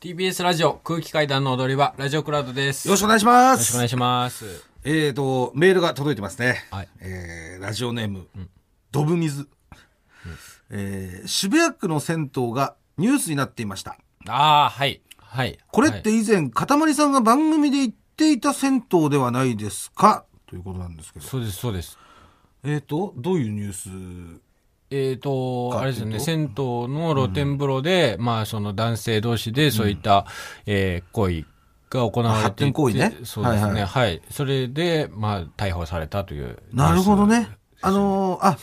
TBS ラジオ空気階段の踊り場、ラジオクラウドです。よろしよくお願いしまろしくおす。願いします。えっ、と、メールが届いてますね。はいえーラジオネーム、ドブ水、えー渋谷区の銭湯がニュースになっていました。ああ、はい。はい。これってはい以前、かたまりさんが番組で言っていた銭湯ではないですかということなんですけど。そうです、そうです。えっ、と、どういうニュースえっ、と、かあれですよね、って銭湯の露天風呂で、まあ、その男性同士でそういった、えー行為が行われていて発展行為ねそうですね、は、はいいは。はいいそれで、まあ、逮捕されたという。なるほど。ね。あのーあ、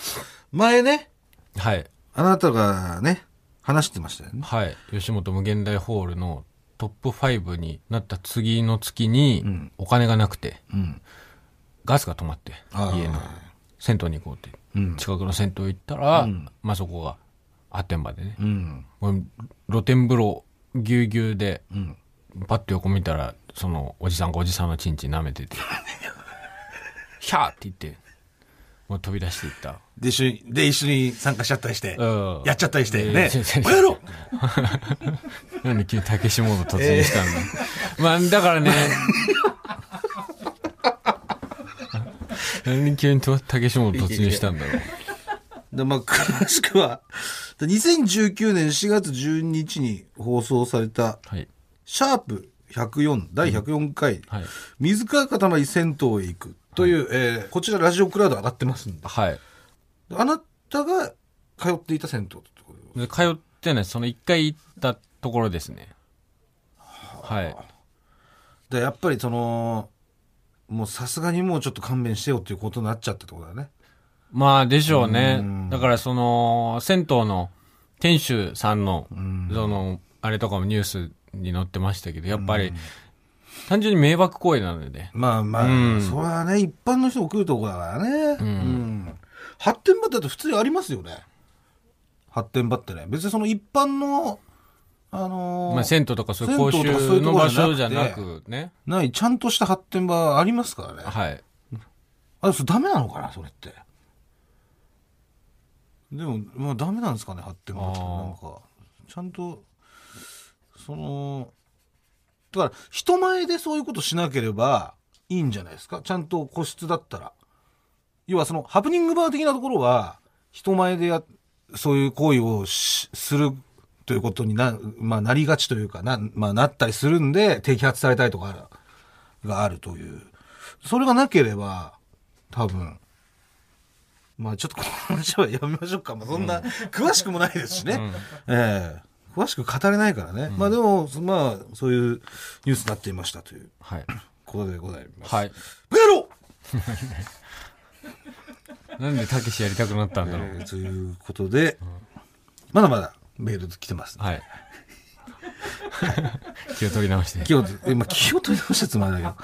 前ね、はい。あなたがね、話してましたよね。はい。吉本無限大ホールのトップ5になった次の月に、お金がなくて、うん。ガスが止まって、あー家の銭湯に行こうって、うん近くの銭湯行ったら、まあそこが発展場でね、うん。もう露天風呂ぎゅうぎゅうで、うん。パッと横見たらそのおじさんがおじさんのチンチン舐め てて「ひゃー!」って言ってもう飛び出していったで、一緒に、で、一緒に参加しちゃったりして、うんやっちゃったりして、で ね先生、これやろうなんで急に竹下モード突入したんだ、まあだから ねなんで急にと竹下モード突入したんだろうで、まあ、詳しくは、で2019年4月12日に放送された、はいシャープ104、第104回、はい水川かたまり銭湯へ行くという、えーこちらラジオクラウド上がってますんで、はいあなたが通っていた銭湯ってことで通ってないその一回行ったところですねはいでやっぱりそのもうさすがにもうちょっと勘弁してよっていうことになっちゃったってことだよねまあでしょうねうんだからその銭湯の店主さんのそのあれとかもニュースに載ってましたけどやっぱり単純に迷惑行為なのでねまあまあ、うんそれはね一般の人も来るとこだからねうん、発展場ってだって普通にありますよね発展場ってね別にその一般のあのーまあ、銭湯とかそういう公銭湯とかそ衆ういうとのこ場ろじ所ゃなくじてゃなくねないちゃんとした発展場ありますからねはいあそれダメなのかなそれってでもまあダメなんですかね発展場ってあーなんかちゃんとそのだから人前でそういうことしなければいいんじゃないですかちゃんと個室だったら要はそのハプニングバー的なところは人前でやそういう行為をしするということにな,、まあ、なりがちというかな,、まあ、なったりするんで摘発されたりとかがあるというそれがなければ多分まあちょっとこの話はやめましょうか、まあ、そんな、詳しくもないですしね、ええ詳しく語れないからね、まあでもそまあそういうニュースになっていましたというはいことでございます。はいバカ野郎なんでたけしやりたくなったんだろうえーということで、まだまだメール来てます、ね。はい 気を取り直して気を、えまあ、気を取り直したつもりだけど、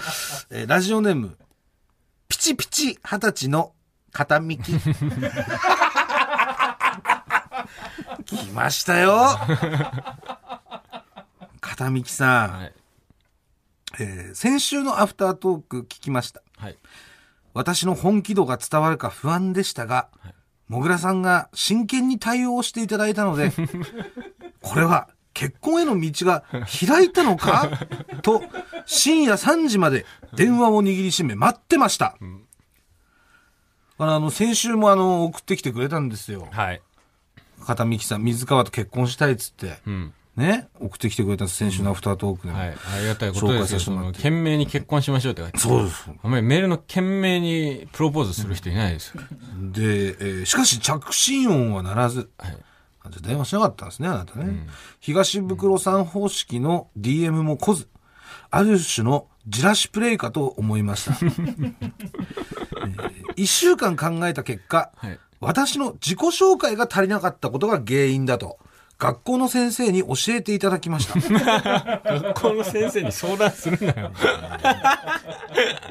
えーラジオネーム、ピチピチ二十歳の片幹。来ましたよ片幹さん、はいえー先週のアフタートーク聞きました。はい私の本気度が伝わるか不安でしたが、はいもぐらさんが真剣に対応していただいたので、 これは結婚への道が開いたのか と、深夜3時まで電話を握りしめ待ってました。あのあの、先週もあの、送ってきてくれたんですよ。はい片道さん、水川と結婚したいっつって、うんね、送ってきてくれた先週のアフタートークでも。はい、ありがたいことです紹介よ。させてそもらの、って懸命に結婚しましょうって書いてあるそうです。あんまりメールの懸命にプロポーズする人いないですよ。で、えーしかし着信音は鳴らず、はい。あじゃあ電話しなかったんですね、あなたね。東袋さん方式の DM も来ず、ある種のじらしプレイかと思い ました。えー一週間考えた結果、はい私の自己紹介が足りなかったことが原因だと、学校の先生に教えていただきました。 学校の先生に相談するなよ。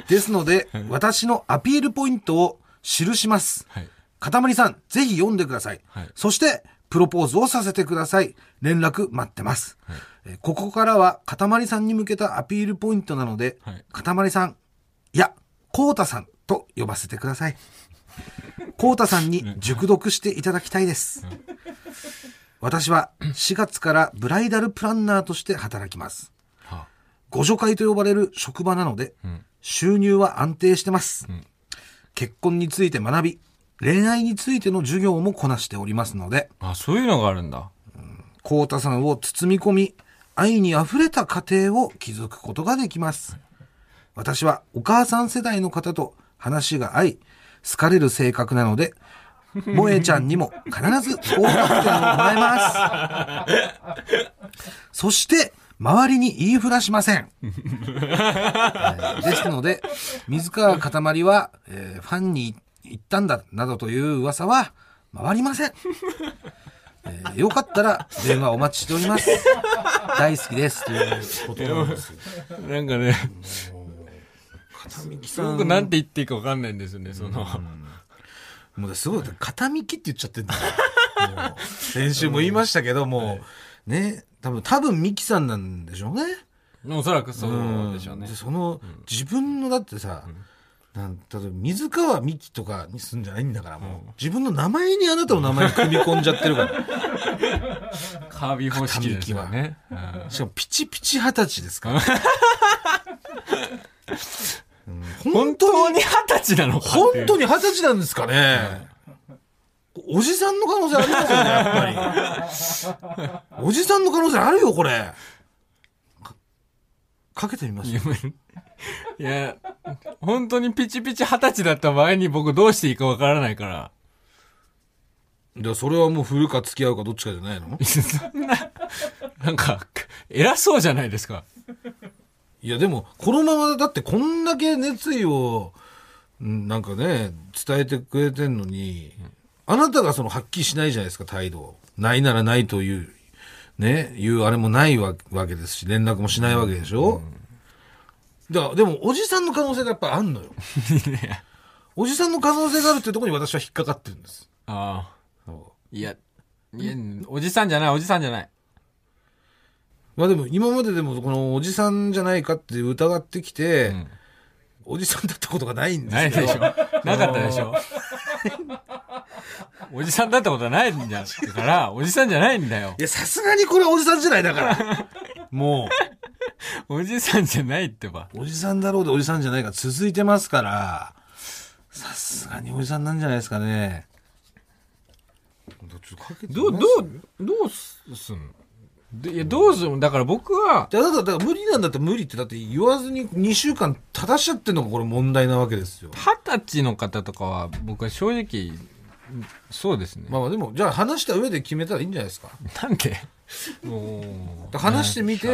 ですので、私のアピールポイントを記します。はい。かたまりさん、ぜひ読んでください。はいそして、プロポーズをさせてください。連絡待ってます。えーここからは、かたまりさんに向けたアピールポイントなので、はいかたまりさん、いや、こうたさんと呼ばせてく ださい。こうたさんに熟読していただきたいです。私は4月からブライダルプランナーとして働きます。は互助会と呼ばれる職場なので、収入は安定してます、結婚について学び、恋愛についての授業もこなしておりますので、あ、あそういうのがあるんだ。コウタさんを包み込み、愛に溢れた家庭を築くことができます。私はお母さん世代の方と話が合い、好かれる性格なので、萌えちゃんにも必ず合格点をもらえます。そして、周りに言いふらしません。はいですので、水川かたまりは、えーファンに行ったんだ、などという噂は、回りません。えーよかったら電話お待ちしており ます。大好きです。ということなんですよ。なんかね、すごくなんて言っていいかわかんないんですよね、その。もうすごい、片幹って言っちゃってんだよ。もう先週も言いましたけど、もう、ね、多分、多分ミキさんなんでしょうね。おそらくそうんうでしょうねで。その、自分のだってさ、なん例えば水川美紀とかにすんじゃないんだからもう、自分の名前にあなたの名前に組み込んじゃってるからカービィ方式ですよね。うんしかもピチピチ二十歳で すから、うん本当に二十歳なのか本っていう当に二十歳なんですかね、おじさんの可能性ありますよね、やっぱり。おじさんの可能性あるよ、これ。かかけてみますよ。いや、本当にピチピチ二十歳だった場合に僕どうしていいかわからないから。でそれはもう振るか付き合うかどっちかじゃないのそんな、なんか、偉そうじゃないですか。いや、でも、このままだってこんだけ熱意を、うんなんかね、伝えてくれてんのに、あなたがその発揮しないじゃないですか、態度をないならないという、ね、いうあれもないわわけですし、連絡もしないわけでしょ、だから、でも、おじさんの可能性がやっぱあん のよ。おじさんの可能性があるっていうところに私は引っかかってるんです。ああ。いや、いや、おじさんじゃない、おじさんじゃない。まあでも、今まででも、このおじさんじゃないかって疑ってきて、んおじさんだったことがないんですないけどでしょ。なかったでしょ。おじさんだったことはないんだから、おじさんじゃないんだよい。や、さすがにこれはおじさんじゃないだから。もおじさんじゃないってば。う、おじさんだろうでおじさんじゃないが続いてますから、さすがにおじさんなんじゃないですかね。どう、どう、どうすんでいや、どうすんだから僕は、じゃあ、だから、だから無理なんだって無理って、だって言わずに2週間正しちゃってんのがこれ問題なわけですよ。二十歳の方とかは、僕は正直、そうですね。まあまあでも、じゃあ話した上で決めたらいいんじゃないですか。なんでもう、話してみて、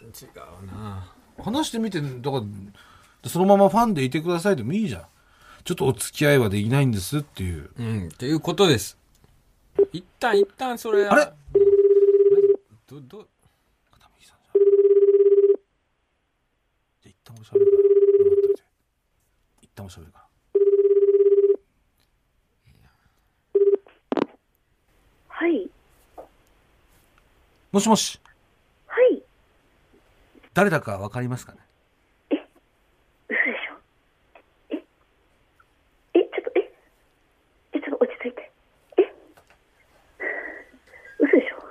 違うな話してみて、だから、そのままファンでいてくださいでもいいじゃん。ちょっとお付き合いはできないんですっていう。うん、っていうことです。一旦、一旦それ、あれど、ど、じゃあ一旦俺喋るから黙っといて一旦俺喋るからはい。もしもしはい。誰だかわかりますかね嘘でしょええ、ちょっと、ええ、ちょっと落ち着いて。え 嘘でしょ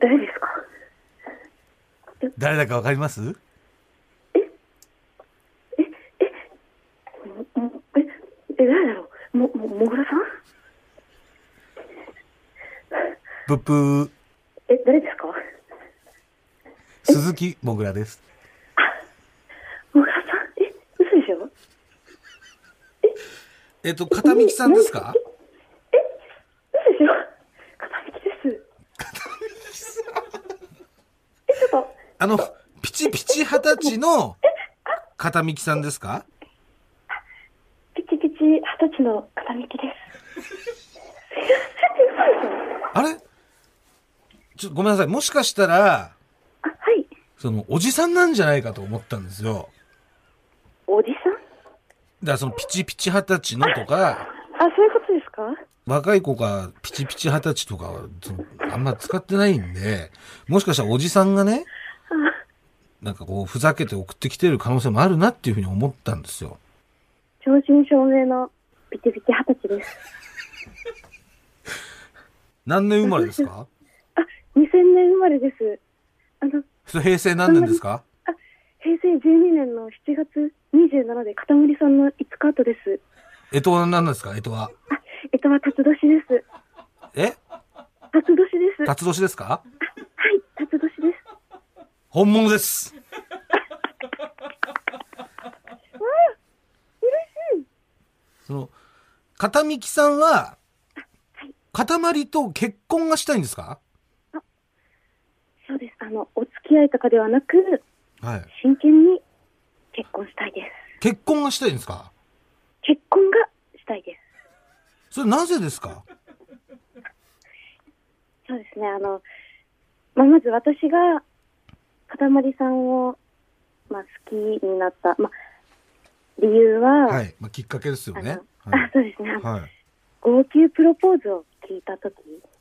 誰ですか誰だかわかりますえ、え、誰だろうも、も、もぐらさんブップーえ、誰ですか鈴木もぐらですもぐらさんえ、嘘でしょえっと片道さんですか嘘でしょ片道です。片道ですえ、ちょっと、あのピチピチ二十歳の片道さんですかピチピチ二十歳の片道です。すいません、嘘でしょあれちょっとごめんなさいもしかしたらあ、はい。そのおじさんなんじゃないかと思ったんですよおじさんだからそのピチピチ二十歳のとかあ、そういうことですか若い子がピチピチ二十歳とかはそのあんま使ってないんで、もしかしたらおじさんがね、なんかこうふざけて送ってきてる可能性もあるなっていうふうに思ったんですよ。正真正銘のピチピチ二十歳です。何年生まれですか2000年生まれです。あの、それ平成何年ですかあ、平成12年の7月27で、片森さんの5日後です。えとは何なんですかえとは。あ、えとは辰年です。え辰年です。はい、辰年ですか辰年です。本物です。その、片道さんは、塊と結婚がしたいんですかそうです。あの、お付き合いとかではなく、はい。真剣に結婚したいです。結婚がしたいんですか結婚がしたいです。それなぜですかそうですね。あの、まあ、まず私が、かたまりさんを、まあ、好きになった、まあ、理由は、はい。まあ、きっかけですよあの、ね。あ、そうですね。あの はい。号泣プロポーズを聞いたとき、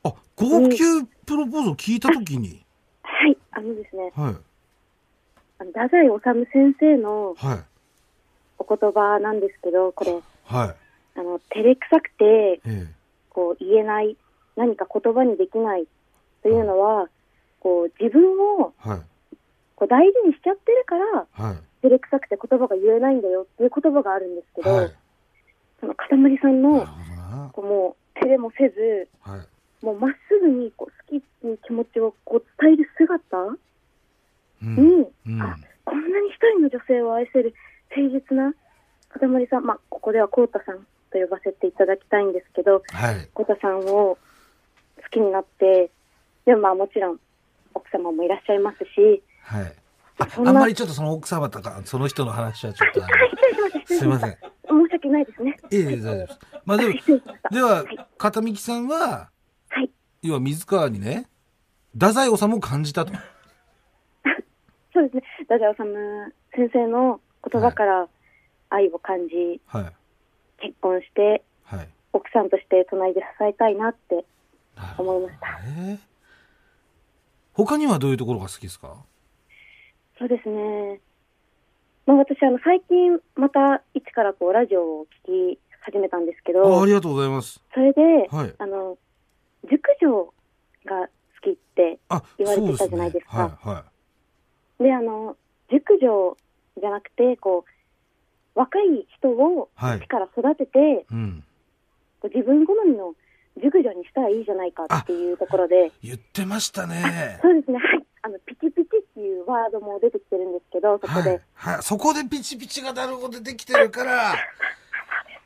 あ、号泣プロポーズを聞いたときに、はい、あのですね、はい。あの太宰治先生のはい。お言葉なんですけど、これ、はい。あの、照れくさくて、えこう、言えない、何か言葉にできないというのは、こう、自分をえ。はい。こう大事にしちゃってるから、はい。照れくさくて言葉が言えないんだよっていう言葉があるんですけど、はい。その、かたまりさんなるほの、どな。こうもう、照れもせず、はい。もうまっすぐにこう好きっていう気持ちをこう伝える姿うに、ん。うん。あこんなに一人の女性を愛せる誠実な塊さん、まあ、ここではコウタさんと呼ばせていただきたいんですけど、はい。コウタさんを好きになって、でもまあもちろん奥様もいらっしゃいますし、はい。ああそんあなんまりちょっとその奥様とか、その人の話はちょっとあはい、失礼しました、の、すいませ失ん。礼しました。申し訳ないですね。ええ、大丈夫です。まあでもはい、失礼しました。では、片道さんは、はい、要は水川にね、太宰治を感じたと。そうですね。ダジャオサム先生の言葉から愛を感じ、はい。結婚して、はい。奥さんとして隣で支えたいなってなるほど思いました。ね。他にはどういうところが好きですかそうですね。まあ、私、あの、最近、また、一からこう、ラジオを聞き始めたんですけああどり、がとうございます。それで、はいあの、熟女が好きって、あ、言われそうてですたじゃなねいです。かはい、はで、あの、熟女じゃなくて、こう、若い人をはい一から育てて、い。うん。こう自分好みの熟女にしたらいいじゃないかっていうところで、言ってましたね。そうですね、はい。あの、ピチピチっていうワードも出てきてるんですけ ど、そこで、はい。はい。そこでピチピチがなるほどできてるから、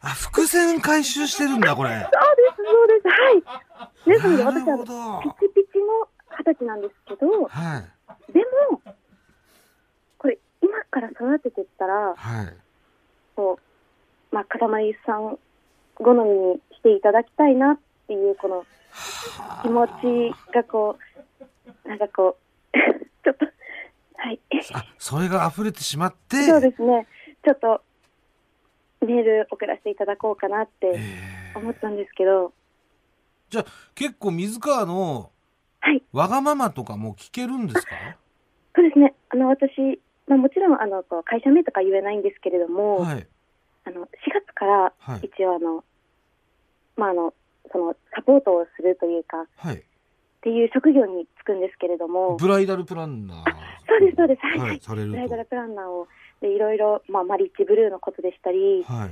あ、伏線回収してるんだ、これ。そうです、そうです。はい。ですので、な私るほは、ど。ピチピチの二十歳なんですけど、はい。でも、これ、今から育てていったら、はい。こう、まあ、かたまりさん好みにしていただきたいなっていう、この気持ちがこう、なんかこう、 ちょっと、はい。あ、それが溢れてしまって、そうですね。ちょっと、メール送らせていただこうかなってえー思ったんですけど、じゃあ結構水川のはい。わがままとかも聞けるんですかそうですね。あの、私、まあ、もちろん、あの、こう会社名とか言えないんですけれども、はい。あの、4月からはい、一応、あの、まあ、あの、その、サポートをするというか、っはい。ていう職業に就くんですけれども、ブライダルプランナー。そうです、そうです。はい、は。はいい。されるブと。ライダルプランナーを、で、いろいろ、まあ、マリッジブルーのことでしたり、は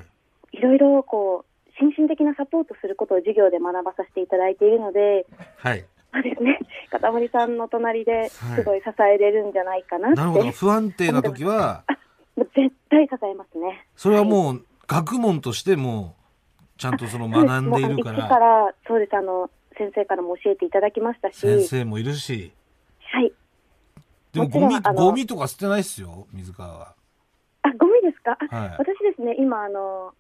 い。いろいろ、こう、心身的なサポートすることを授業で学ばさせていただいているので、はい。そうで すね。片森さんの隣ですごい支えれるんじゃないかなって。な るほど。不安定な時は、もう絶対支えますね。それはもう学問としてもうちゃんとその学んでいるかもう一からら、そうです、あの、先生からも教えていただきましたし、先生もいるしはい。でももちゴろんミあのゴミとか捨てないっすよ水川はあ、ゴミですか、あはい私ですね、今、あの、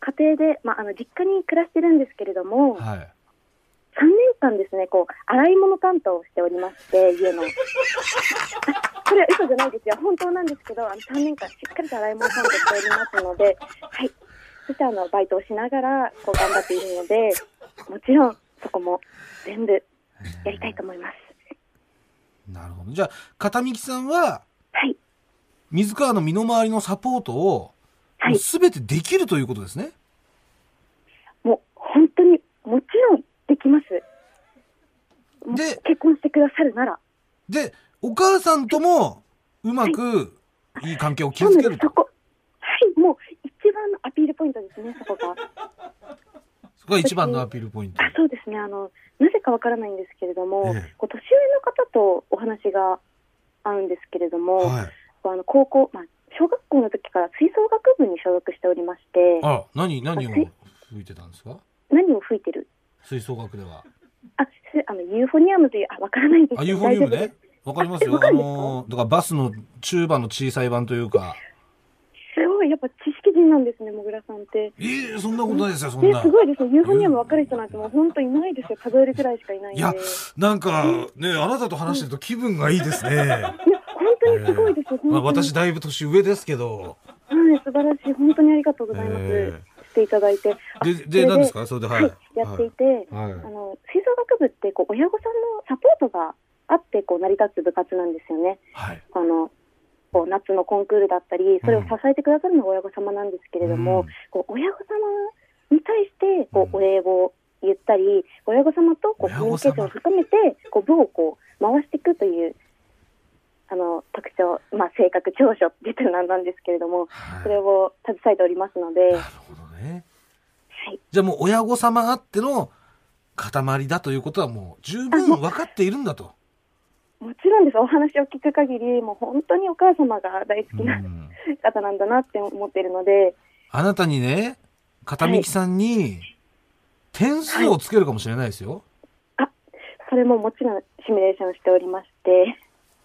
家庭で、まあ、あの、実家に暮らしてるんですけれども、3はい年間ですね、こう、洗い物担当をしておりまして、家の。あこれは嘘じゃないですよ。本当なんですけど、あの、3年間しっかりと洗い物担当しておりますので、はい。そして、あの、バイトをしながら、こう、頑張っている ので、もちろん、そこも全部やりたいと思います。なるほどじゃあ片道さんははい。水川の身の回りのサポートをはも。いう全てできるということですね、もう本当にもちろんできます。もうで結婚してくださるなら、で、お母さんとも、うまく、いい関係を築けそうなるんですとそ。こ、はい、もう一番のアピールポイントですね、そこ が。そこが一番のアピールポイントあ。そうですねあのなぜかわからないんですけれども、ええこう年上の方とお話が合うんですけれども、はい。こうあの高校、まあ、小学校の時から吹奏楽部に所属しておりましてあら、何、何をはい吹いてたんですか何を吹いてる吹奏楽では。あすあのユーフォニアムというあわからないんですあ、けどユーフォニウム大丈夫ねです。わかりますよわ。かあるんですかのー、だからバスの中盤の小さい版というか。すごいやっぱ知識人なんですねもぐらさんって。ええそんなことないですよ、そんえなす。ごいですねユーフォニアムわかる人なんてもう本当いないですよ数えるくらいしかいないんいでいやや、なんか、ね、あなたと話してると気分がいいですね。本当にすごいですよ、まあ、本当に私だいぶ年上ですけど。はい、素晴らしい。本当にありがとうございます。えしていただいて。あでそれで何ですかそれではいやっていて、はいあの、吹奏楽部って、こう、親御さんのサポートがあって、こう、成り立つ部活なんですよね。はい。あの、こう、夏のコンクールだったり、それを支えてくださるのが親御様なんですけれども、うんこう、親御様に対して、こうんう、お礼を言ったり、親御様と、こう、親コミュ御様ニケーションを深めて、こう、部をこう、回していくという、あの、特徴、まあ、性格、長所って言ったらなんなんですけれども、それを携えておりますので、なはるほどね。い、じゃあもう親御様あっての塊だということはもう十分分かっているんだと。もちろんです、お話を聞く限り、もう本当にお母様が大好う、きなん方なんだなって思っているので、あなたにね、片道さんに点数をつけるかもしれないですよ。それももちろんシミュレーションしておりまして、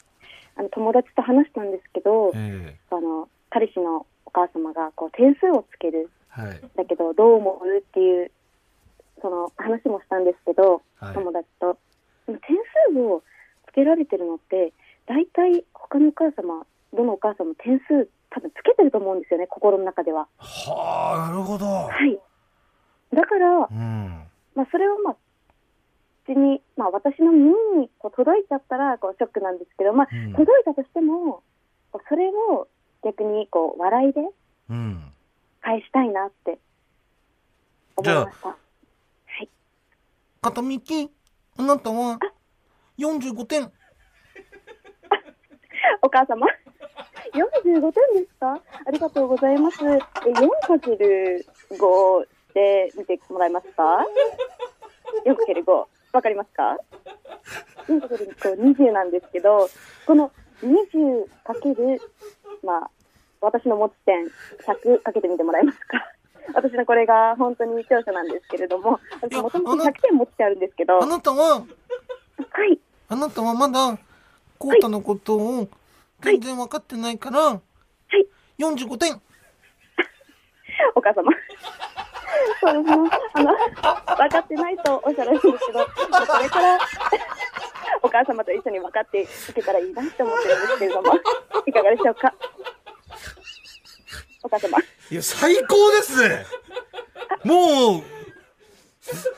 あの友達と話したんですけど、ええあの彼氏のお母様がこう点数をつける、はい。だけどどう思うっていうその話もしたんですけど、はい友達と。でも点数をつけられてるのって、大体他のお母様、どのお母様も点数多分つけてると思うんですよね、心の中では。はあ、なるほど。はい。だから、うん。まあ、それをまあ、口に、まあ、私の耳にこう届いちゃったら、こう、ショックなんですけど、まあうん、届いたとしても、こうそれを逆に、こう、笑いでうん。返したいなって、思いました。片道、あなたは45点。お母様。45点ですかありがとうございます。え、4×5 で見てもらえますか ?4×5。わかりますか ?4×520 なんですけど、この 20× まあ、私の持ち点100かけてみてもらえますか私のこれが本当に長所なんですけれども、いや私もともあとの100点持ってあるんですけど、あはい。なたは、はい。あなたはまだ、コータのことを全然分かってないから、45点。お母様。そうですね。あの、分かってないとおっしゃられるんですけど、まあこれから、お母様と一緒に分かっていけたらいいなって思ってるんですけれども、いかがでしょうか。お母様。いや、最高ですねもう、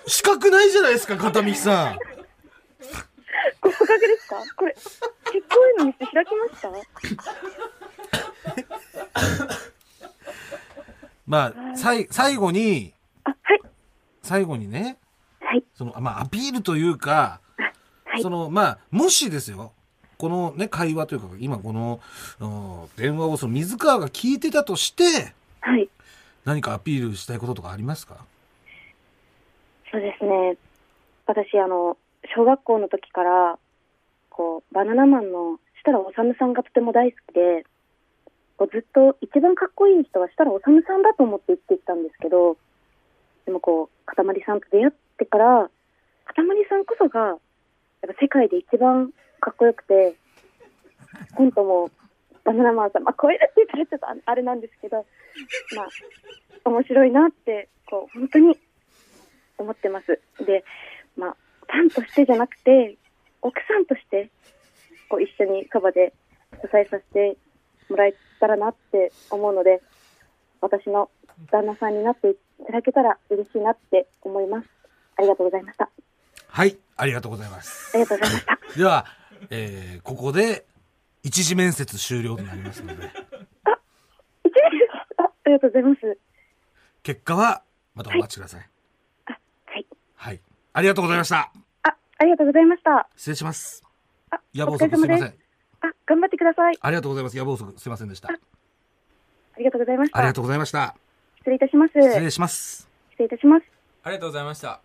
資格ないじゃないですか、片道さん。合格ですかこれ、結婚への道開きましたまあ、さい、最後に、あ、はい。最後にね、はい。その、まあ、アピールというか、はいその、まあ、もしですよ、このね、会話というか、今この、うん電話をその水川が聞いてたとして、はい。何かアピールしたいこととかありますかそうですね。私、あの、小学校の時から、こう、バナナマンの設楽治さんがとても大好きで、こうずっと一番かっこいい人は設楽治さんだと思って生きてきたんですけど、でもこう、かたまりさんと出会ってから、かたまりさんこそが、やっぱ世界で一番かっこよくて、コントも、バナナマンさん、まあ、超えるって言ったらちょっとああれなんですけど、まあ、面白いなって、こう、本当に思ってます。で、まあ、ファンとしてじゃなくて、奥さんとして、こう一緒にそばで支えさせてもらえたらなって思うので、私の旦那さんになっていただけたら嬉しいなって思います。ありがとうございました。あはい、ありがとうございます。りがとうございました。では、えーここで、一次面接終了となりますので、一年ですあありがとうございます。結果は、またお待ちください。あ、はい。はい。ありがとうございました。あ、あありがとうございました。失礼します。あ、野お望疲れ足す様いまでせすん。。あ、頑張ってください。ありがとうございます。野望足すいませんでした。ありがとうございましありたが。とうございました。失礼いたします。失礼失します。礼いたします。ありがとうございました。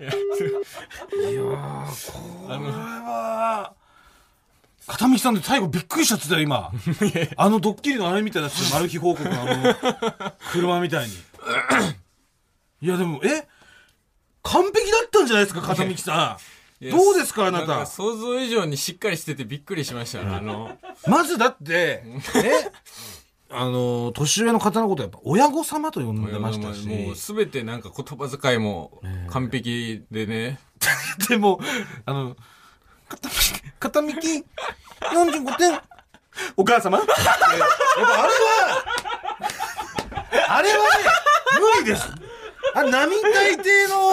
いやー、これは、片道さんで最後びっくりしちゃってたよ、今。あのドッキリのあれみたいなやつ、マル秘報告のあの、車みたい に。いや、でも、え完璧だったんじゃないですか、片道さん。どうですか、あなた。想像以上にしっかりしててびっくりしましたね。あの、まずだ って、ね、あの、年上の方のことやっぱ親御様と呼んでましたし。もうすべてなんか言葉遣いも完璧でね。でも、あの、片道、片道45点。お母様やっぱあれは、あれはね、無理です。あ、並大抵の、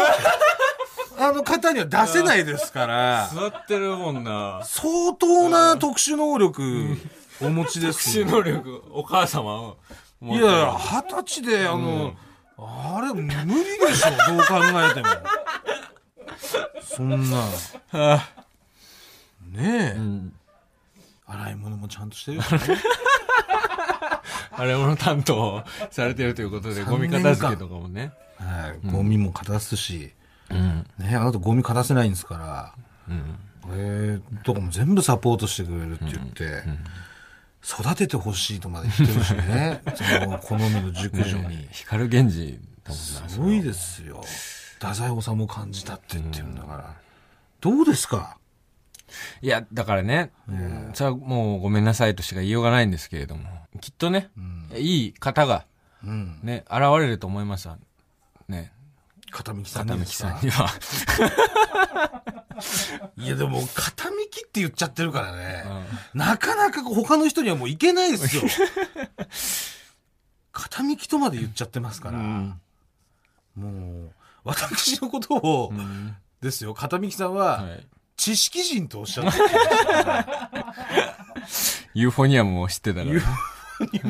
あの方には出せないですから、座ってるもんな。相当な特殊能力お持ちです特殊よ。能力、お母様を持いってる。や、二十歳で、あの、あれ、無理 でしょ、どう考えても。そんな。 ねえ。洗い物もちゃんとしてるよ。あれもの担当をされてるということで、 3ゴミ片付けとかもね。はい、ゴミも片すし、ねえ、あなたゴミ片せないんですから、えーとかも全部サポートしてくれるって言って、育ててほしいとまで言ってるし ね、その好みの熟女に。光源氏だもんな。すごいですよ。太宰治も感じたって言ってるんだから。どうですかいや、だからね、それはもうごめんなさいとしか言いようがないんですけれども、きっとね、いい方がうん。ね、現れると思いますわね、片道さん片に道ですかさんには。いやでも、片道って言っちゃってるからね。なかなか他の人にはもういけないですよ。片道とまで言っちゃってますから。もう、私のことを、ですよ、片道さんは、はい知識人とおっしゃって ユーフォニアムを知ってたから。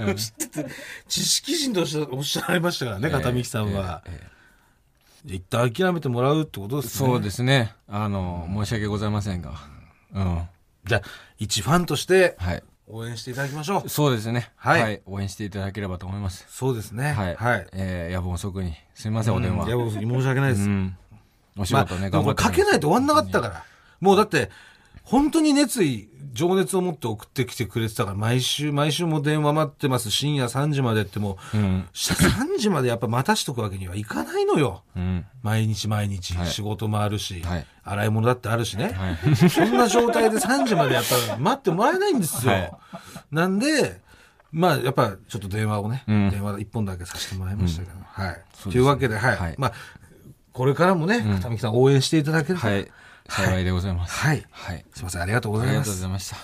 る、知ってて、知識人とおっしゃおっしゃられましたからね、片道さんは。ええええ一旦諦めてもらうってことですね。そうですね。あの、申し訳ございませんが。うん。じゃあ、一ファンとして、はい。応援していただきましょう。そうですね。はい応援していただければと思います。そうですね。はい。えー夜分遅くに。すいません、お電話。いや、僕申し訳ないです。うん。お仕まあ、事ね、でも頑張こっれて。かけないと終わんなかったから。もうだって、本当に熱意、情熱を持って送ってきてくれてたから、毎週、毎週もう電話待ってます。深夜3時までってもう、うん。 3時までやっぱ待たしとくわけにはいかないのよ。うん。毎日毎日、はい仕事もあるし、はい洗い物だってあるしね。はい。そんな状態で3時までやっぱ待ってもらえないんですよ。はいなんで、まあやっぱちょっと電話をね、うん電話一本だけさせてもらいましたけど、はい。ねというわけで、はい。はいまあ、これからもね、片道さん応援していただけると。はい。幸いでございます。はいはい。すいません、ありがとうごあざりいがまとうごすざ。いました。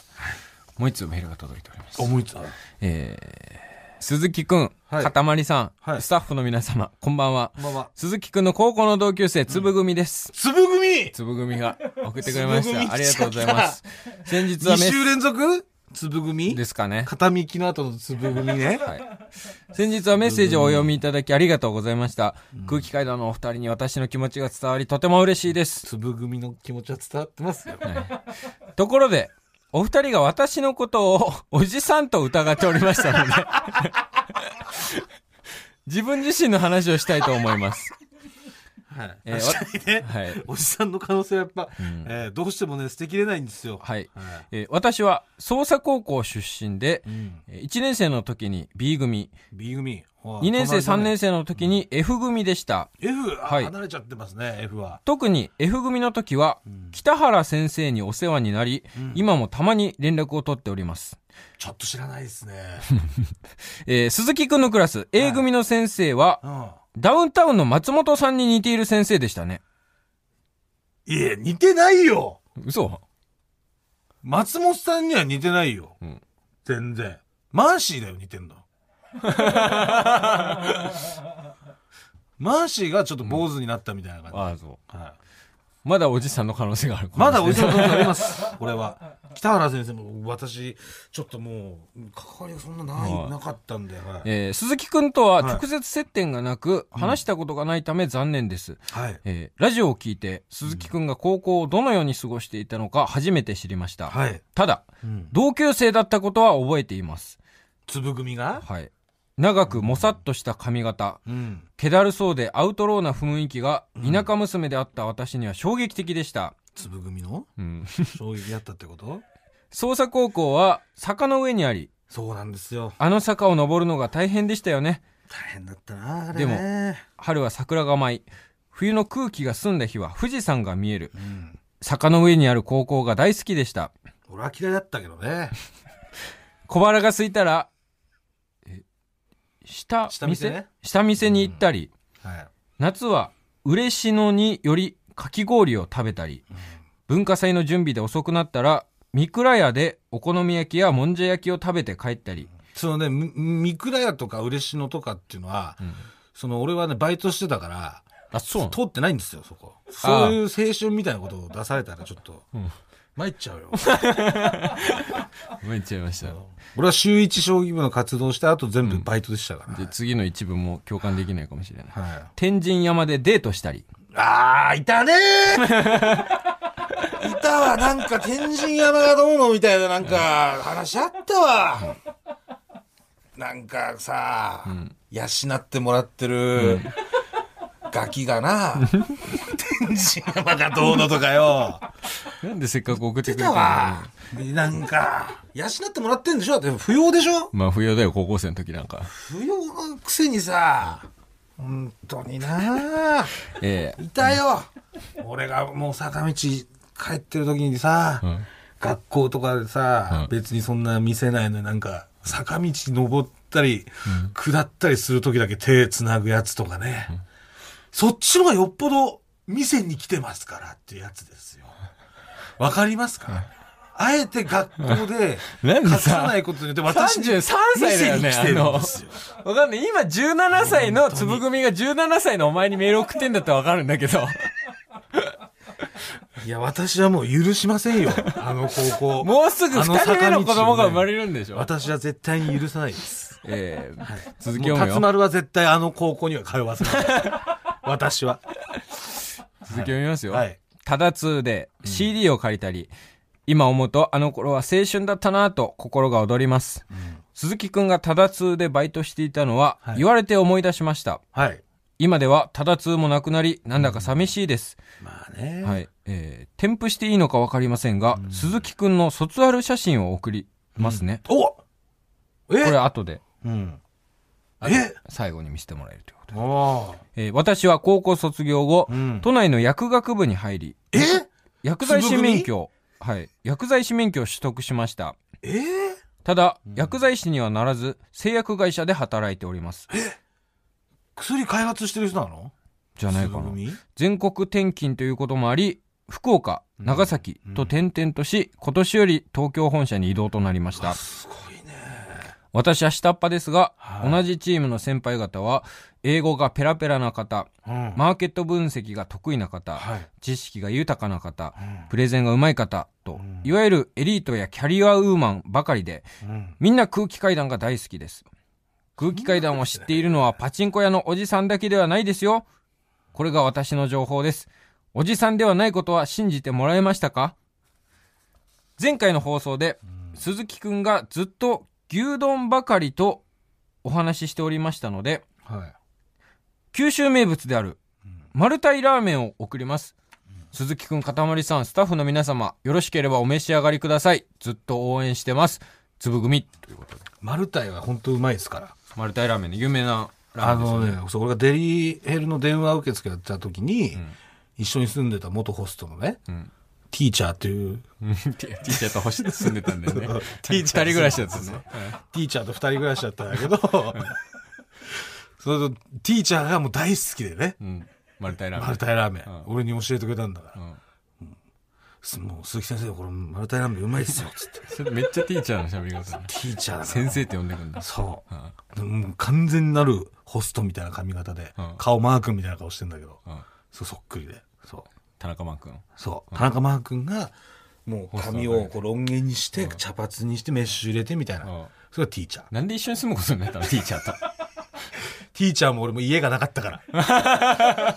もう一通メールが届いております。思いつ、えー、鈴木くん、はいかたまりさん、はいスタッフの皆様、こんばんは。まあまあ、鈴木くんの高校の同級生、つぶ組です。粒組つぶ組が送ってくれまし。つぶ組来ちゃったたありがとうございます。先日は !2 メッ週連続粒組ですかね。片道の後の粒組ね。先日はメッセージをお読みいただきありがとうございました。空気階段のお二人に私の気持ちが伝わりとても嬉しいです。粒組の気持ちは伝わってますよ。ところで、お二人が私のことをおじさんと疑っておりました ので、自分自身の話をしたいと思います。はい。えー 確かにね、はいおじさんの可能性はやっぱ、えーどうしてもね、捨てきれないんですよ。はい。はいえー私は捜査高校出身で、んえー1年生の時に B 組、 B 組。2 2年生、3年生の時に F 組でした。 F、あはい離れちゃってますね、F は。特に F 組の時は、北原先生にお世話になり、今もたまに連絡を取っております。ちょっと知らないですね。えー鈴木くんのクラス、A 組の先生は、うん。ダウンタウンの松本さんに似ている先生でしたね。いえ、似てないよ嘘松本さんには似てないよ。うん全然。マーシーだよ、似 てんの。マーシーがちょっと坊主になったみたいな感じ。ああ、そう。はいまだおじさんの可能性がある。まだおじさんの可能性あります。これは。北原先生も、私、ちょっともう、関わりがそんなない、はいなかったんで、はい。 えー鈴木くんとははい直接接点がなく、話したことがないため残念です。はい。えーラジオを聞いて、鈴木くんが高校をどのように過ごしていたのか初めて知りました。はい。ただ、うん。同級生だったことは覚えています。粒組がはい。長くもさっとした髪型、うん。気だるそうでアウトローな雰囲気が、田舎娘であった私には衝撃的でした。粒組のうん。衝撃だったってこと 捜査高校は坂の上にあり、そうなんですよ。あの坂を登るのが大変でしたよね。大変だったな、あれでもね。春は桜が舞い、冬の空気が澄んだ日は富士山が見える。うん。坂の上にある高校が大好きでした。俺は嫌いだったけどね。小腹が空いたら、え下下店店下店ねに行ったり、はい。夏は嬉野によりかき氷を食べたり、文化祭の準備で遅くなったら、三倉屋でお好み焼きやもんじゃ焼きを食べて帰ったり、そのね、み三倉屋とか嬉野とかっていうのは、その俺はね、バイトしてたから、あ、そうなの通ってないんですよ、そこ。そういう青春みたいなことを出されたらちょっと、参っちゃうよ。 めっちゃいました。俺は週一将棋部の活動した後全部バイトでしたから。 で、次の一部も共感できないかもしれない。はい。天神山でデートしたり、あー、いたねー いたわ、なんか天神山がどうのみたいななんか話あったわ。なんかさ、養ってもらってる、ガキがな、天神山がどうのとかよ。なんでせっかく送ってく出れたたのわに。なんか、養ってもらってんでしょだって不要でしょまあ、不要だよ、高校生の時なんか。不要のくせにさ、本当になええいたよ俺がもう坂道帰ってる時にさ、ん学校とかでうさ、ん別にそんな見せないのになんか、坂道登ったり、下ったりする時だけ手つなぐやつとかね、そっちの方がよっぽど店に来てますからっていうやつですよ。わかりますか、あえて学 校でなんで隠ささないことによって私に33歳だよね店に来てるんですよ。わかんない。今17歳の粒組が17歳のお前にメール送ってんだったらわかるんだけ ど、いや、私はもう許しませ んよ。あの高校。もうすぐ2人目の子供が生まれるんでしょ。私は絶対に許さないです。ええ続きも読うむ辰よ。丸は絶対あの高校には通わせない。 私は。続き読みますよ。はい。ただ通で CD を借りたり、今思うとあの頃は青春だったなぁと心が躍ります。鈴木くんがただ通でバイトしていたのは、はい言われて思い出しました。はい。今ではただ通もなくなり、なんだか寂しいです。まあね。はい。えー、添付していいのかわかりませんが、鈴木くんの卒アル写真を送りますね。おえこれ後でうん。え最後に見せてもらえるということで。ああ。えー私は高校卒業後、うん都内の薬学部に入り、え薬剤師免許を、はい。薬剤師免許を取得しました。えただ、薬剤師にはならず、製薬会社で働いております。薬開発してる人なのじゃないか鈴な。組全国転勤ということもあり、福岡、長崎と転々とし、今年より東京本社に移動となりました。すごいね。私は下っ端ですが、はい同じチームの先輩方は、英語がペラペラな方、うん。マーケット分析が得意な方、はい。知識が豊かな方、うんプレゼンが上手い方と、んいわゆるエリートやキャリアウーマンばかりで、うん。みんな空気階段が大好きです。空気階段を知っているのはパチンコ屋のおじさんだけではないですよ。これが私の情報です。おじさんではないことは信じてもらえましたか前回の放送で、鈴木くんがずっと牛丼ばかりとお話ししておりましたので、はい。九州名物である丸太ラーメンを送ります。鈴木くん、かたまりさん、スタッフの皆様、よろしければお召し上がりください。ずっと応援してます。つぶ組。マルタイは本当うまいですから。マルタイラーメンの有名なあラーメンですよのね。ね、そう俺がデリヘルの電話受付やってた時に、一緒に住んでた元ホストのね、ティーチャーっていう、 ティーチャーと星と住んでたんだよね。 ティーチャー二人暮らしだったんですね。ティーチャーと二人暮らしだったんだ けど、それとティーチャーがもう大好きでね、うん。マルタイラーメン。マルタイラーメン、う俺に教えてくれたんだから。うんすもう鈴木先生、これマルタイラーメンうまいですよ、つって。それめっちゃティーチャーの喋り方だね。ティーチャーだから。先生って呼んでくんだ。そう。うんでももう完全なるホストみたいな髪型で、うん顔マー君みたいな顔してんだけど、うんそうそっくりで。そう。田中マン君。そう田中マー君がもう髪細長をいこうロン毛にして茶髪にしてメッシュ入れてみたいなうんそれがティーチャーなんで一緒に住むことになったのティーチャーと。ティーチャーも俺も家がなかったから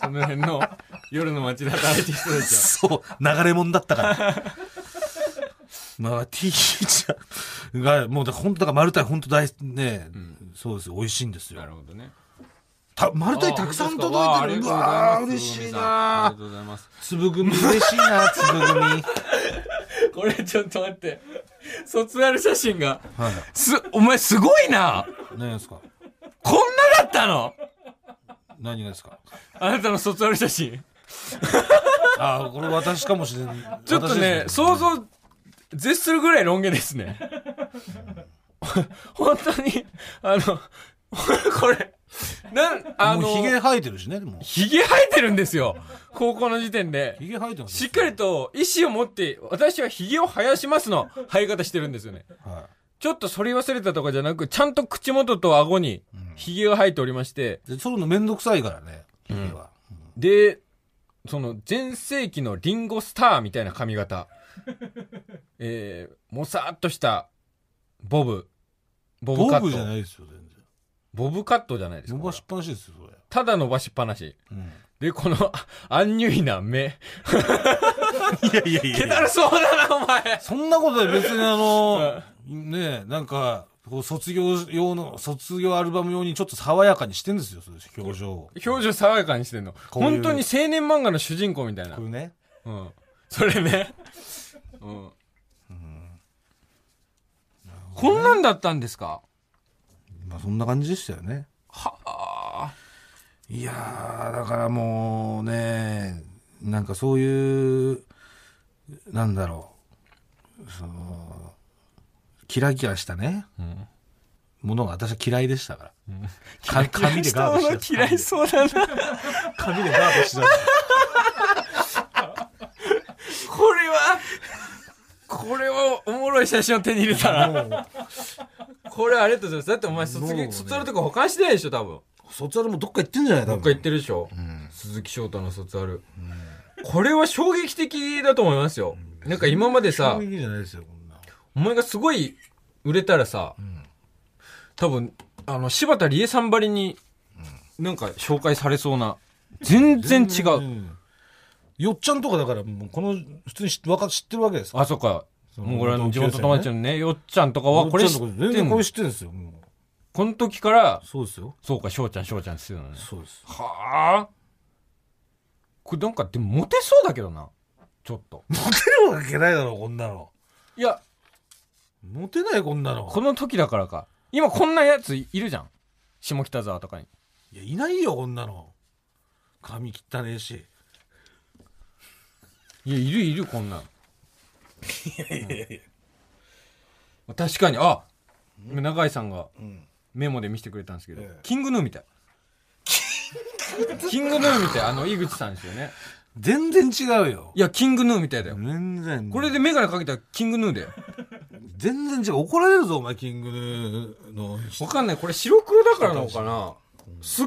その辺の夜の街で働いてる人たちは。そう、流れ者だったから。 まあ、ティーチャーが、もうだ、本当だから、マルタイ、本当大、ね、そうですよ、美味しいんです よな。るほどね。たマルタイたくさん届いてる。うわあー、ー嬉しいありながとうございます。粒組嬉しい な、粒組。はい。これちょっと待って。卒アル写真が。す、お前すごいな何ですかこんなだったの何がですかあなたの卒アル写真。ああ、これ私かもしれない。ちょっと私ね、です想像、絶するぐらいロン毛ですね。 本当に、あの、 これ、なん、あのもう、ヒゲ生えてるしね、でも。ひげ生えてるんですよ。高校の時点で。ヒゲ生えてますしよっかり。と意思を持って、私はひげを生やしますの生え方してるんですよね。はちょっと反り忘れたとかじゃなく、ちゃんと口元と顎にひげが生えておりまして、い。で、剃るのめんどくさいからね、ヒゲは。で、その全盛期のリンゴスターみたいな髪 型。えー、もさーっとしたボブ。ボブカボット。ブじゃないですよ、全然。ボブカットじゃないですか。伸ばしっぱなしですよ、それ。ただ伸ばしっぱなし。うん。で、この、 アンニュイな目。いやいやいやいけやだるそうだな、お前。そんなことで別にあの、ねえ、なんか、こう卒業用の、卒業アルバム用にちょっと爽やかにしてんですよ、そういう表情を。表情爽やかにしてんの。こういう本当に青年漫画の主人公みたいなこう。いうね。うん。それね。うん。こんなんだったんですかまあそんな感じでしたよね。はあ。いやー、だからもうね、なんかそういう、なんだろう、その、キラキラしたね、んものが私は嫌いでしたから。か紙でガードしてた嫌いそうだな。 紙でガードしてた。これは、これはおもろい写真を手に入れたら。もこれありがとうございます。だってお前卒もう業、ね卒アルとか保管してないでしょ、多分。う卒アルもどっか行ってんじゃないどどっか行ってるでしょ。鈴木翔太の卒アル。これは衝撃的だと思いますよ。なんか今までさ衝、撃じゃないですよ、こんな。お前がすごい売れたらさ、多分、あの、柴田理恵さんばりに、なんか紹介されそうな。全然違う。ん。よっちゃんとかだから、もうこの、普通に知ってわか知ってるわけですかあ、そっか。の。もう俺の地元友達のね、よっちゃんとからは、これよっ知ちゃっんてとかん全然このれ知ってるんですよ、もう。この時から、そうですよ。そうか、翔ちゃん、翔ちゃんって言ってたのね。そうです。はあ。これなんか、でもモテそうだけどな。ちょっと。モテるわけないだろ、こんなの。いや、モテない、こんなの。この時だからか。今こんなやついるじゃん。下北沢とかに。いや、いないよ、こんなの。髪汚ねえし。いや、いるいる、こんなん。いやいやいや。確かに、あ永井さんがんメモで見せてくれたんですけど、ええキングヌーみたい。キングヌーみたい。あの、井口さんですよね。全然違うよ。いや、キングヌーみたいだよ。全然。これで、メガネかけたらキングヌーだよ。全然違う。怒られるぞ、お前、キングヌーの。わかんない。これ白黒だからなのかなすっ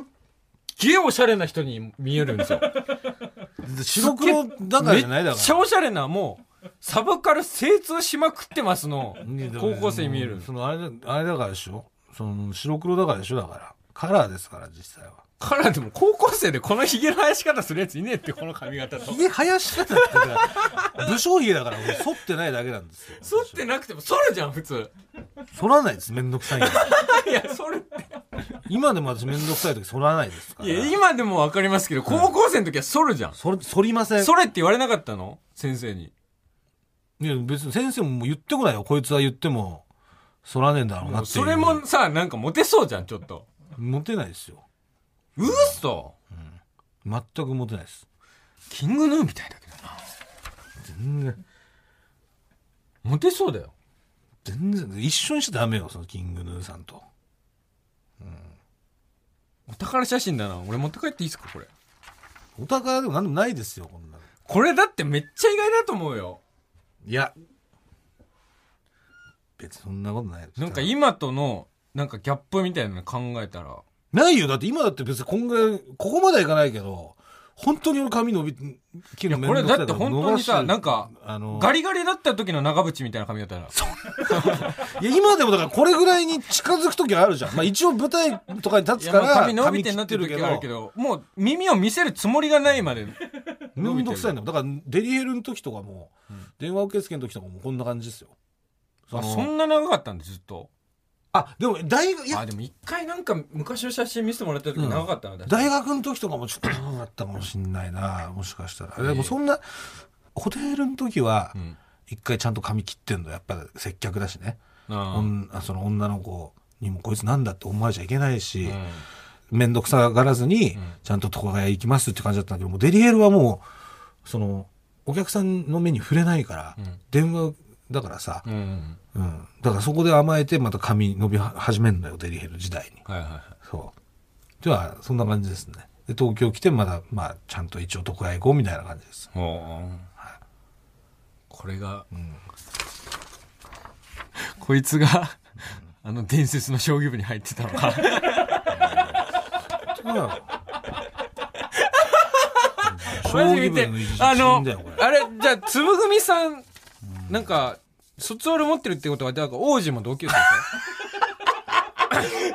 げえおしゃれな人に見えるんですよ。 白黒だからじゃないめだかっらち。ゃおしゃれな、もう、サブカル精通しまくってますのいやだ。から高校生に見えるもう。そのあれだあれだからでしょその白黒だからでしょだからカラーですから実際はカラーでも高校生でこのヒゲの生やし方するやついねえって、この髪型とひ。げ生やし方ってから武将ひげだから俺剃ってないだけなんですよ剃ってなくても剃るじゃん、普通。剃らないですめんどくさいんでいや、剃るっ今でも私めんどくさい時剃らないですかて。らいや、今でもわかりますけど、高校生の時は剃るじゃん。それ剃りません剃れって言われなかったの先生に。いや別に先生ももう言ってこないよこいつは言っても剃らねえんだろうなっていうそれもさ、なんかモテそうじゃん、ちょっと。モテないですようっそ全くモテないですキングヌーみたいだけどな。全然モテそうだよ。全然一緒にしちゃダメよそのキングヌーさんとお宝写真だな。俺持って帰っていいですか、これ。お宝でも何でもないですよこんなのこれだってめっちゃ意外だと思うよ。いや。別にそんなことないよなんか今との、なんかギャップみたいなの考えたら。ないよ。だって今だって別にこんぐらい、ここまではいかないけど、本当に俺髪伸び、切るのいやこれめんどくさいだってから本当にさ伸ばしてなんかあの、ガリガリだった時の長渕みたいな髪型だ。いや、今でもだからこれぐらいに近づく時あるじゃん。まあ一応舞台とかに立いつやかまあら、髪伸びてなってる時あるけど。ど、もう耳を見せるつもりがないまで。めんどくさいの。だからデリヘルの時とかも、電話受付の時とかもこんな感じですよ。そあのそんな長かったんでずっと。あ、でも大学、いやあ、でも一回なんか昔の写真見せてもらった時長かったな。確か大学の時とかもちょっと長かったかもしんないな、もしかしたら。でもそんな、ホテルの時はう、ん一回ちゃんと髪切ってんの、やっぱ接客だしね。あ女その女の子にもこいつなんだって思われちゃいけないし、ーうん面倒くさがらずにん、ちゃんと床屋行きますって感じだったんだけど、もうデリヘルはもう、その、お客さんの目に触れないから、うん電話だからさ、うんうんうん。だからそこで甘えて、また髪伸びは始めるのよ、デリヘル時代に。はいはいはい。そう。じゃあ、そんな感じですね。で、東京来て、まだ、まあ、ちゃんと一応床屋行こうみたいな感じです。おこれが、こいつがあの伝説の将棋部に入ってたのかそうなの将マジ棋見部ての一あの員だよ、これ。あれじゃあ粒組さんなんか卒アル持ってるってことはだから王子も同級生で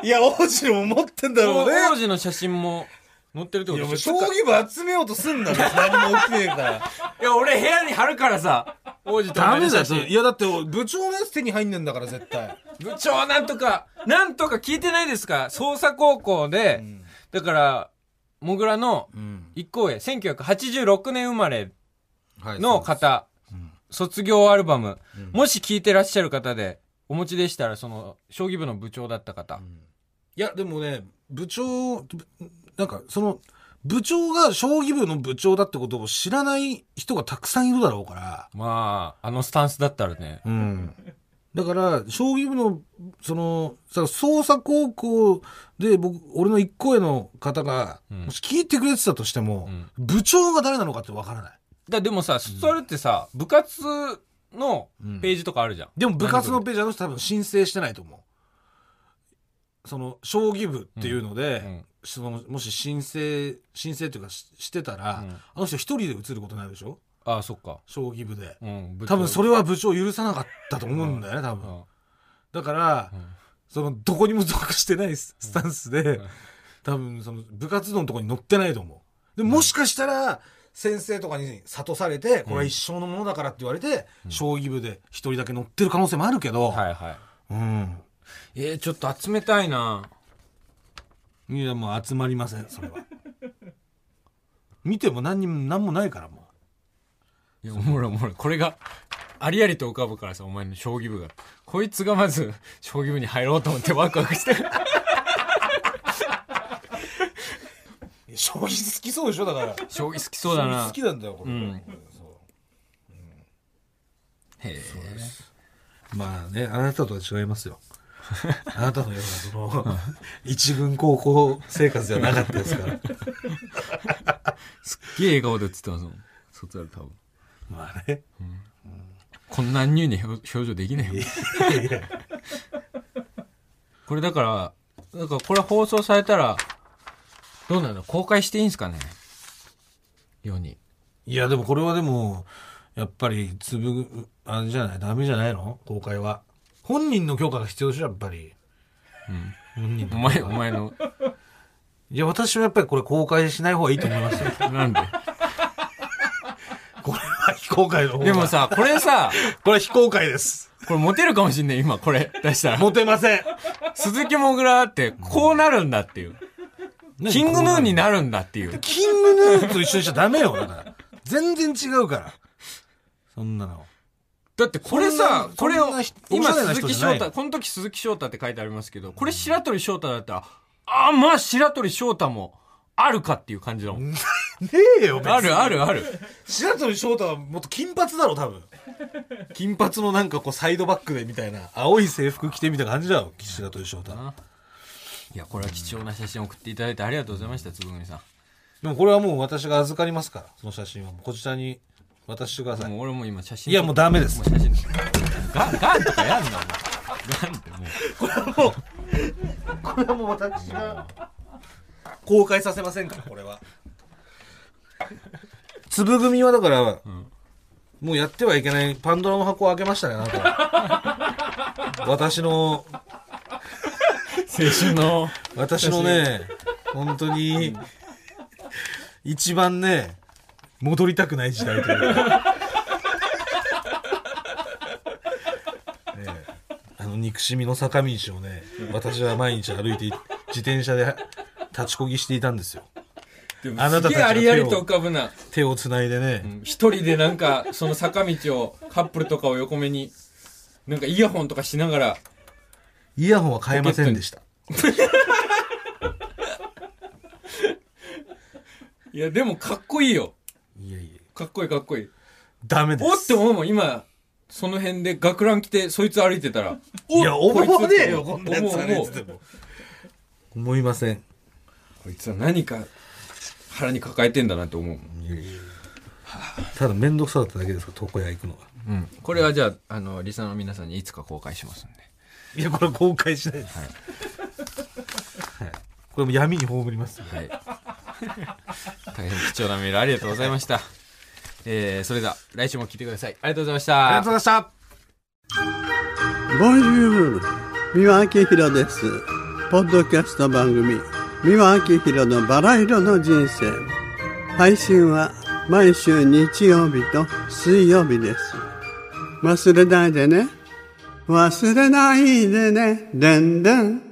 いや、王子も持ってんだしょ王子の写真も載ってるってことでしょ棋部集めようとすんなよ。何も起きねえから。いや俺部屋に貼るからさ王子とダ同メじだ写よ。そ真れいや、だって、部長のやつ手に入んねんだから、絶対。部長なんとかなんとか聞いてないですか捜査高校で、だからもぐらのうん。一行へ1986年生まれはいの方、うん卒業アルバム、うんもし聞いてらっしゃる方で、お持ちでしたら、その、将棋部の部長だった方。いや、でもね、部長、ぶなんか、その、部長が将棋部の部長だってことを知らない人がたくさんいるだろうから。まあ、あのスタンスだったらね。うん。だから、将棋部の、その、さ、捜査高校で、僕、俺の一個上の方が、うんもし聞いてくれてたとしても、部長が誰なのかってわからない。だでもさ、卒アルってさ、部活のページとかあるじゃん。でも部活のページはあの人多分申請してないと思う。その、将棋部っていうので、うんそのもし申請、申請というかししてたら、うんあの人一人で移ることになるでしょああ、そっか。将棋部で。うん、多分それ、れは部長許さなかったと思うんだよね、多う分。んだから、うんその、どこにも属してないススタンスで、ん多分その部活動のとこに載ってないと思う。で、もしかしたら、先生とかに諭されて、これは一生のものだからって言われて、将棋部で一人だけ載ってる可能性もあるけど、はいはい。うん。えー、ちょっと集めたいな。いや、もう集まりません、それは。見ても何にも、何もないから、もいや、おもろいおもろい。これが、ありありと浮かぶからさ、お前の将棋部が。こいつがまず、将棋部に入ろうと思ってワクワクしてる。う。将棋好きそうでしょ、だから。 将棋好きそうだな。将棋好きなんだよ、これ。うんそうへえ。まあね、あなたとは違います よ。あなたのような、その、一軍高校生活ではなかったですから。すっげえ笑顔で映ってますもん。卒アル多分。まあ ね。こんなニューに表表情できないよ。これだから、なんかこれ放送されたら、どうなの公開していいんすかね世に。いや、でもこれはでも、やっぱり、つぶ、あれじゃない、ダメじゃないの公開は。本人の許可が必要でしょ、やっぱり。本人おの前、お前の、いや、私はやっぱりこれ公開しない方がいいと思い ますよ。なんでこれは非公開の方がでも、さ、これさ、これは非公開です。これモテるかもしんない、今これ出したら。モテません。鈴木もぐらって、こうなるんだっていう。キングヌーになるんだっていう。キングヌーと一緒にしちゃダメよ、だから。全然違うから。そんなの。だってこれさ、そこんれなをそんな人、今おしゃれな鈴人木じゃ翔ない太、この時鈴木翔太って書いてありますけど、これ白鳥翔太だったら、ああ、まあ白鳥翔太もあるかっていう感じだもん。ねえよ、別にあるあ。るある。白鳥翔太はもっと金髪だろ、多分。金髪のなんかこうサイドバックでみたいな、青い制服着てみたいな感じだよ、白鳥翔太。いや、これは貴重な写真を送っていただいてありがとうございました、つぐみさでもこれはもう私が預かりますから、その写真は。もうこちらに渡してくだん。さい。もう俺も今写真。いや、もうダメですもう。写真。ガン、ガンとかやんな、もう。ガンってもう。これはもう私が公開させませんから、これは。粒組はだから、もうやってはいけないパンドラの箱を開けましたね、あなた。私の、青春の。私のね、本当に、一番ね、戻りたくない時代という か。ねえあの憎しみの坂道をね、私は毎日歩いてい、自転車で立ちこぎしていたんですよ。でもあなすたたげちえがありありと浮かぶな。手をつないでね、一人でなんか、その坂道を、カップルとかを横目に、なんかイヤホンとかしながら、イヤホンは買えませんでした。いや、でもかっこいいよ。いやいや、かっこいいかっこいい。ダメでおっす。て思うもん、今、その辺で学ラン来て、そいつ歩いてたら。いや、思こいつわねえよ、こんなやつ思うはね思つっうても。思いません。こいつは何か腹に抱えてんだなって思うもん。いやいやただ面倒くさだっただけですから床屋行くのがうん。これはじゃあ、あの、リサの皆さんにいつか公開しますんで。いやこれは公開しないです、はいこれも闇に葬りますよはい。大変貴重なメールありがとうございました。えー、それでは、来週も聞いてください。ありがとうございました。ありがとうございましたボンジュール三輪明宏です。ポッドキャスト番組、三輪明宏のバラ色の人生。配信は毎週日曜日と水曜日です。忘れないでね。忘れないでね。でんでん。